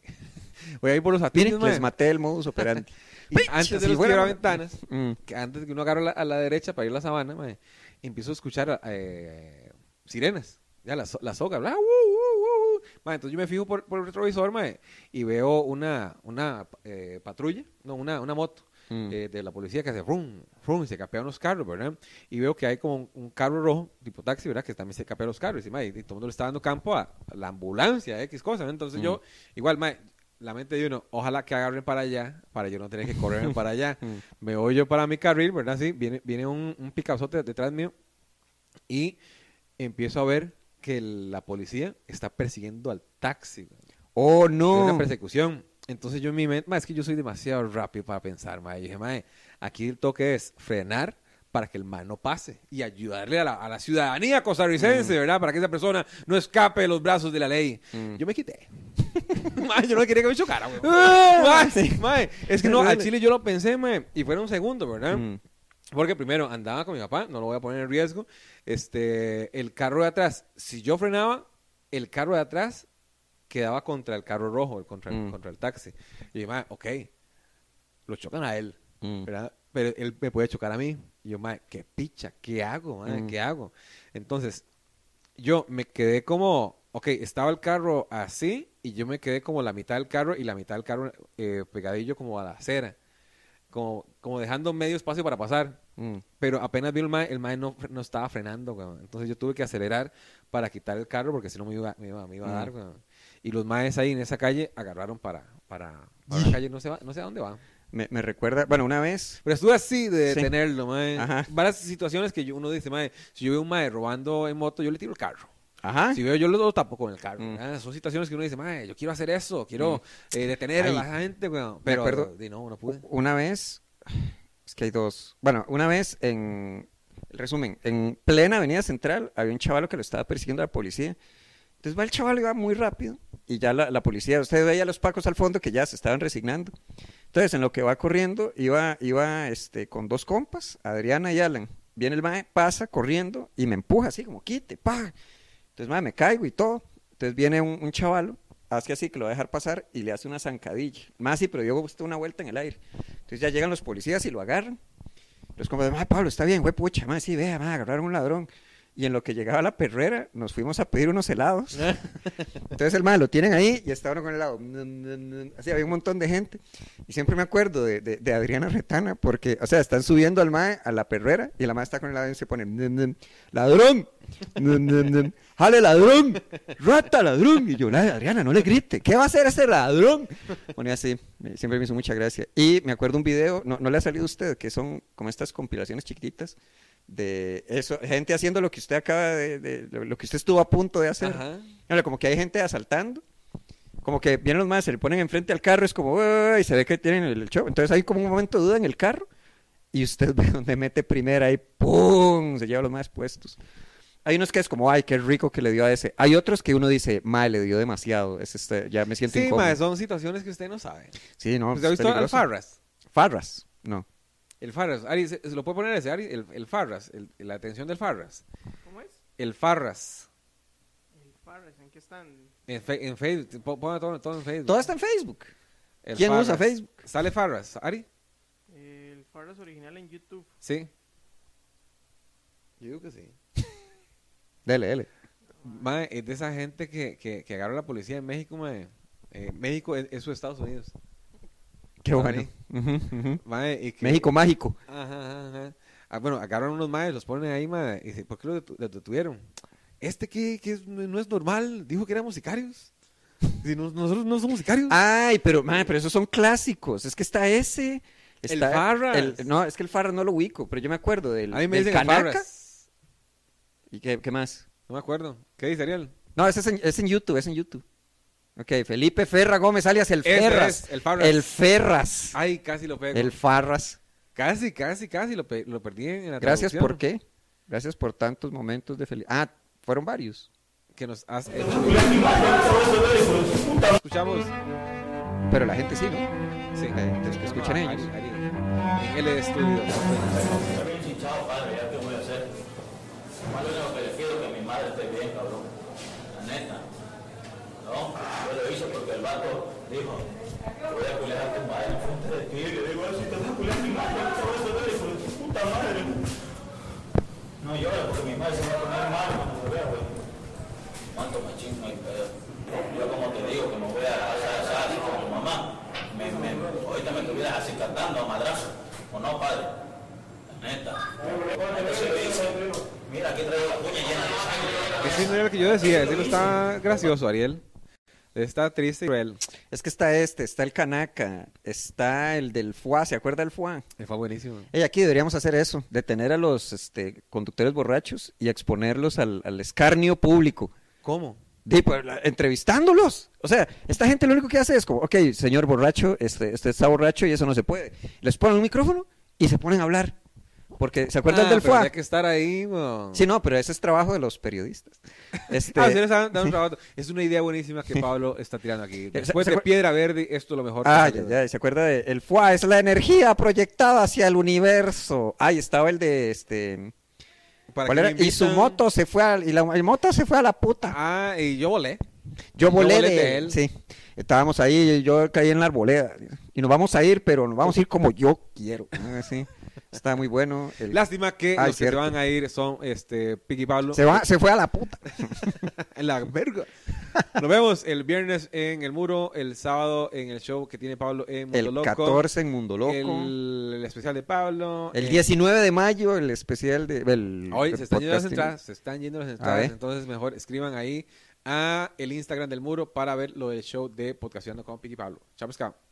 Speaker 1: Voy ahí por los
Speaker 2: Miren,
Speaker 1: atillos, mae,
Speaker 2: les maté el modus operandi.
Speaker 1: y antes de
Speaker 2: si
Speaker 1: los
Speaker 2: fuera-
Speaker 1: ventanas,
Speaker 2: Mm.
Speaker 1: que antes de que uno agarre la- a la derecha para ir a la sabana, mae, empiezo a escuchar eh, sirenas, ya la, so- la soga, bla, uh, uh, uh, uh. Mae, entonces yo me fijo por, por el retrovisor mae, y veo una, una eh, patrulla, no, una, una moto
Speaker 2: Mm.
Speaker 1: eh, de la policía que hace rum, rum, y se capea unos carros, ¿verdad? Y veo que hay como un, un carro rojo, tipo taxi, ¿verdad? Que también se capea los carros, y, mae, y todo el mundo le está dando campo a, a la ambulancia, a X cosas, ¿no? Entonces yo, igual, mae, la mente de uno, ojalá que agarren para allá, para yo no tener que correr para allá.
Speaker 2: Mm.
Speaker 1: Me voy yo para mi carril, ¿verdad? Sí, viene, viene un, un picazote detrás mío y empiezo a ver que el- la policía está persiguiendo al taxi. güey.
Speaker 2: Oh,
Speaker 1: Es
Speaker 2: no.
Speaker 1: una persecución. Entonces yo en mi mente, "Ma, es que yo soy demasiado rápido para pensar, ma. Y dije, ma, aquí el toque es frenar para que el man no pase y ayudarle a la, a la ciudadanía costarricense, ¿verdad? Para que esa persona no escape de los brazos de la ley.
Speaker 2: Mm.
Speaker 1: Yo me quité. Ma, yo no quería que me chocara, güey.
Speaker 2: Ah,
Speaker 1: Ma, ma, es que no, al chile yo lo pensé, ma, y fueron un segundo, ¿verdad?
Speaker 2: Mm.
Speaker 1: Porque primero andaba con mi papá, no lo voy a poner en riesgo. Este, el carro de atrás, si yo frenaba, el carro de atrás quedaba contra el carro rojo, el contra, el-
Speaker 2: Mm.
Speaker 1: contra el taxi. Y yo, "Ma, ok, lo chocan a él,
Speaker 2: Mm.
Speaker 1: ¿verdad? Pero él me puede chocar a mí. Y yo, ma, qué picha, ¿qué hago, ma?
Speaker 2: Mm.
Speaker 1: ¿Qué hago? Entonces, yo me quedé como, ok, estaba el carro así y yo me quedé como la mitad del carro y la mitad del carro eh, pegadillo como a la acera, como, como dejando medio espacio para pasar.
Speaker 2: Mm.
Speaker 1: Pero apenas vi el mae, el mae no, fre- no estaba frenando, weón. Entonces yo tuve que acelerar para quitar el carro porque si no me iba, me iba, me iba a dar, weón. Y los maes ahí en esa calle agarraron para, para, para una calle, no sé, va- no sé a dónde va.
Speaker 2: Me, me recuerda, bueno, una vez,
Speaker 1: Pero estuve así de
Speaker 2: Sí.
Speaker 1: detenerlo, mae.
Speaker 2: Ajá.
Speaker 1: Varias situaciones que yo- uno dice, mae, si yo veo un mae robando en moto, yo le tiro el carro.
Speaker 2: ajá,
Speaker 1: Si veo yo lo tapo con el carro.
Speaker 2: Mm.
Speaker 1: ¿verdad? Son situaciones que uno dice, mae, yo quiero hacer eso, quiero eh, detener
Speaker 2: Ahí.
Speaker 1: a la gente, weón.
Speaker 2: Me
Speaker 1: Pero
Speaker 2: acuerdo.
Speaker 1: di, no, no pude.
Speaker 2: una vez, es que hay dos, bueno, una vez en, el resumen, en plena avenida central había un chavalo que lo estaba persiguiendo la policía, entonces va el chaval y va muy rápido, y ya la, la policía, usted veía a los pacos al fondo que ya se estaban resignando, entonces en lo que va corriendo, iba, iba este, con dos compas, Adriana y Alan, viene el mae, pasa corriendo y me empuja así como, quite, pa, Entonces, madre, me caigo y todo. Entonces viene un, un chavalo, hace así, que lo va a dejar pasar y le hace una zancadilla. Más sí, pero yo usted una vuelta en el aire. Entonces ya llegan los policías y lo agarran. Los compas, madre, Pablo, está bien, güey, pucha, madre, sí, vea, madre, agarraron un ladrón. Y en lo que llegaba la perrera, nos fuimos a pedir unos helados. Entonces el madre lo tienen ahí y estaba uno con el helado. Así había un montón de gente. Y siempre me acuerdo de, de- de Adriana Retana, porque, o sea, están subiendo al mae a la perrera y la mae está con el lado y se pone, "Nun, nun, ladrón, nun, nun, nun, jale ladrón, rata ladrón. Y yo, "La, Adriana, no le grite, ¿qué va a hacer ese ladrón? Bueno, y así, me- siempre me hizo mucha gracia. Y me acuerdo un video, no, no le ha salido a usted, que son como estas compilaciones chiquititas de eso, gente haciendo lo que usted acaba de, de- lo lo que usted estuvo a punto de hacer.
Speaker 1: Ajá.
Speaker 2: Ahora, como que hay gente asaltando. Como que vienen los más, se le ponen enfrente al carro, es como, "Ué", y se ve que tienen el show. Entonces hay como un momento de duda en el carro. Y usted ve donde mete primera y ¡pum! Se lleva los más puestos. Hay unos que es como, ay, qué rico que le dio a ese. Hay otros que uno dice, mae, le dio demasiado. Es este, ya me siento
Speaker 1: Sí,
Speaker 2: incómodo.
Speaker 1: mae, son situaciones que usted no sabe.
Speaker 2: Sí, no.
Speaker 1: ¿Usted ha
Speaker 2: es
Speaker 1: visto al
Speaker 2: peligroso.
Speaker 1: Farras?
Speaker 2: Farras. No.
Speaker 1: El Farras, Ari, ¿se, se lo puede poner ese, Ari? El, el Farras, el- la atención del Farras.
Speaker 3: ¿Cómo es?
Speaker 1: El Farras.
Speaker 3: El Farres, ¿en qué están?
Speaker 1: En, fe- en Facebook, po- ponga todo, todo en Facebook.
Speaker 2: Todo está en Facebook.
Speaker 1: El
Speaker 2: ¿Quién usa
Speaker 1: Farras.
Speaker 2: Facebook?
Speaker 1: Sale Farras, Ari.
Speaker 3: El Farlas original en YouTube.
Speaker 1: Sí. Yo digo que sí.
Speaker 2: Dele, dele.
Speaker 1: Mae, es de esa gente que, que, que agarró la policía en México, mae. Eh, México es, es su Estados Unidos.
Speaker 2: Qué
Speaker 1: Dale.
Speaker 2: bueno. Ujú, ujú.
Speaker 1: Mae, y que-
Speaker 2: México mágico.
Speaker 1: Ajá, ajá, ajá. Ah, bueno, agarraron unos maes, los ponen ahí, mae. Y dice, ¿por qué los detuvieron? Este que, que es- no es normal, dijo que éramos sicarios. Si no- nosotros no somos sicarios.
Speaker 2: Ay, pero, man, pero esos son clásicos. Es que está ese.
Speaker 1: El
Speaker 2: está
Speaker 1: Farras.
Speaker 2: el- no, es que el Farras no lo ubico, pero yo me acuerdo del,
Speaker 1: A mí me
Speaker 2: del
Speaker 1: dicen el
Speaker 2: Canaca.
Speaker 1: Farras.
Speaker 2: ¿Y qué, qué más?
Speaker 1: No me acuerdo. ¿Qué dice Ariel?
Speaker 2: No, ese es en, es en YouTube, es en YouTube. Ok, Felipe Ferra Gómez, alias el
Speaker 1: Ese
Speaker 2: Ferras.
Speaker 1: es, el Farras. Ah,
Speaker 2: El Ferras.
Speaker 1: Ay, casi lo pego.
Speaker 2: El Farras.
Speaker 1: Casi, casi, casi lo, pe- lo perdí en la
Speaker 2: Gracias
Speaker 1: traducción.
Speaker 2: por qué. Gracias por tantos momentos de felicidad. Ah, fueron varios.
Speaker 1: Que nos has hecho. Escuchamos.
Speaker 2: Pero la gente sí, ¿no?
Speaker 1: Sí, Ah,
Speaker 2: Ok, entonces que Eh, escuchen
Speaker 1: No, no,
Speaker 2: ellos.
Speaker 1: Ari- Ari- En el estudio.
Speaker 4: Chao, padre, ya te voy a hacer. Más lo único que le pido es que mi madre esté bien, cabrón. La neta. No, yo lo hice porque el vato dijo, "Te voy a culiar a tu madre en frente de ti. Y le digo, si te voy a culiar a mi madre, yo te voy a hacer hijo de tu puta madre. No llora porque mi madre se va a poner mal cuando me vea, güey. Cuánto machismo hay, pedo. Yo como te digo que me voy a hacer así, así con tu mamá. Me, me, ahorita me estuvieras así cantando a madrazo. ¿O no, padre? Neta. Mira, aquí traigo la cuña llena de sangre.
Speaker 1: Ese no era el que yo decía. Ese no está gracioso, Ariel. Está triste y cruel.
Speaker 2: Es que está este, está el Canaca, está el del FUA, ¿se acuerda del FUA?
Speaker 1: Fue buenísimo.
Speaker 2: Ey, aquí deberíamos hacer eso, detener a los este, conductores borrachos y exponerlos al, al escarnio público.
Speaker 1: ¿Cómo?
Speaker 2: Di, pues, la- entrevistándolos. O sea, esta gente lo único que hace es como, ok, señor borracho, este, este está borracho y eso no se puede. Les ponen un micrófono y se ponen a hablar. Porque, ¿se acuerdan
Speaker 1: Ah,
Speaker 2: del
Speaker 1: pero
Speaker 2: FUA?
Speaker 1: había que estar ahí, weón.
Speaker 2: Sí, no, pero ese es trabajo de los periodistas. Este,
Speaker 1: Ah, sí, les dan- dan un trabajo. Es una idea buenísima que Pablo está tirando aquí. Después
Speaker 2: se
Speaker 1: de
Speaker 2: fue-
Speaker 1: Piedra Verde, esto es lo mejor. que
Speaker 2: Ah, ya,
Speaker 1: salió.
Speaker 2: ya, ¿se acuerda de el FUA? Es la energía proyectada hacia el universo. Ay, estaba el de este.
Speaker 1: Para
Speaker 2: ¿cuál
Speaker 1: que
Speaker 2: era?
Speaker 1: me
Speaker 2: Y su
Speaker 1: invitan-
Speaker 2: moto se fue al, y la el moto se fue a la puta.
Speaker 1: Ah, y yo volé.
Speaker 2: yo volé
Speaker 1: volé
Speaker 2: de,
Speaker 1: de él.
Speaker 2: él. Sí. Estábamos ahí, yo caí en la arboleda. Y nos vamos a ir, pero nos vamos a ir como yo quiero. Ah, sí. Está muy bueno. el-
Speaker 1: Lástima que
Speaker 2: Ah,
Speaker 1: los que se
Speaker 2: cierto.
Speaker 1: van a ir son este, Piki Pablo.
Speaker 2: se, va- se fue a la puta.
Speaker 1: En la verga. Nos vemos el viernes en El Muro, el sábado en el show que tiene Pablo en Mundo
Speaker 2: El
Speaker 1: Loco,
Speaker 2: 14 en Mundo Loco. El,
Speaker 1: El, el especial de Pablo. eh,
Speaker 2: 19 de mayo, el especial de. El,
Speaker 1: Hoy
Speaker 2: el
Speaker 1: se están yendo las
Speaker 2: podcasting.
Speaker 1: entradas, se están yendo las
Speaker 2: A
Speaker 1: entradas,
Speaker 2: ver.
Speaker 1: entonces mejor escriban ahí a el Instagram del Muro para ver lo del show de Podcastando con Piki Pablo. Chao, pescado.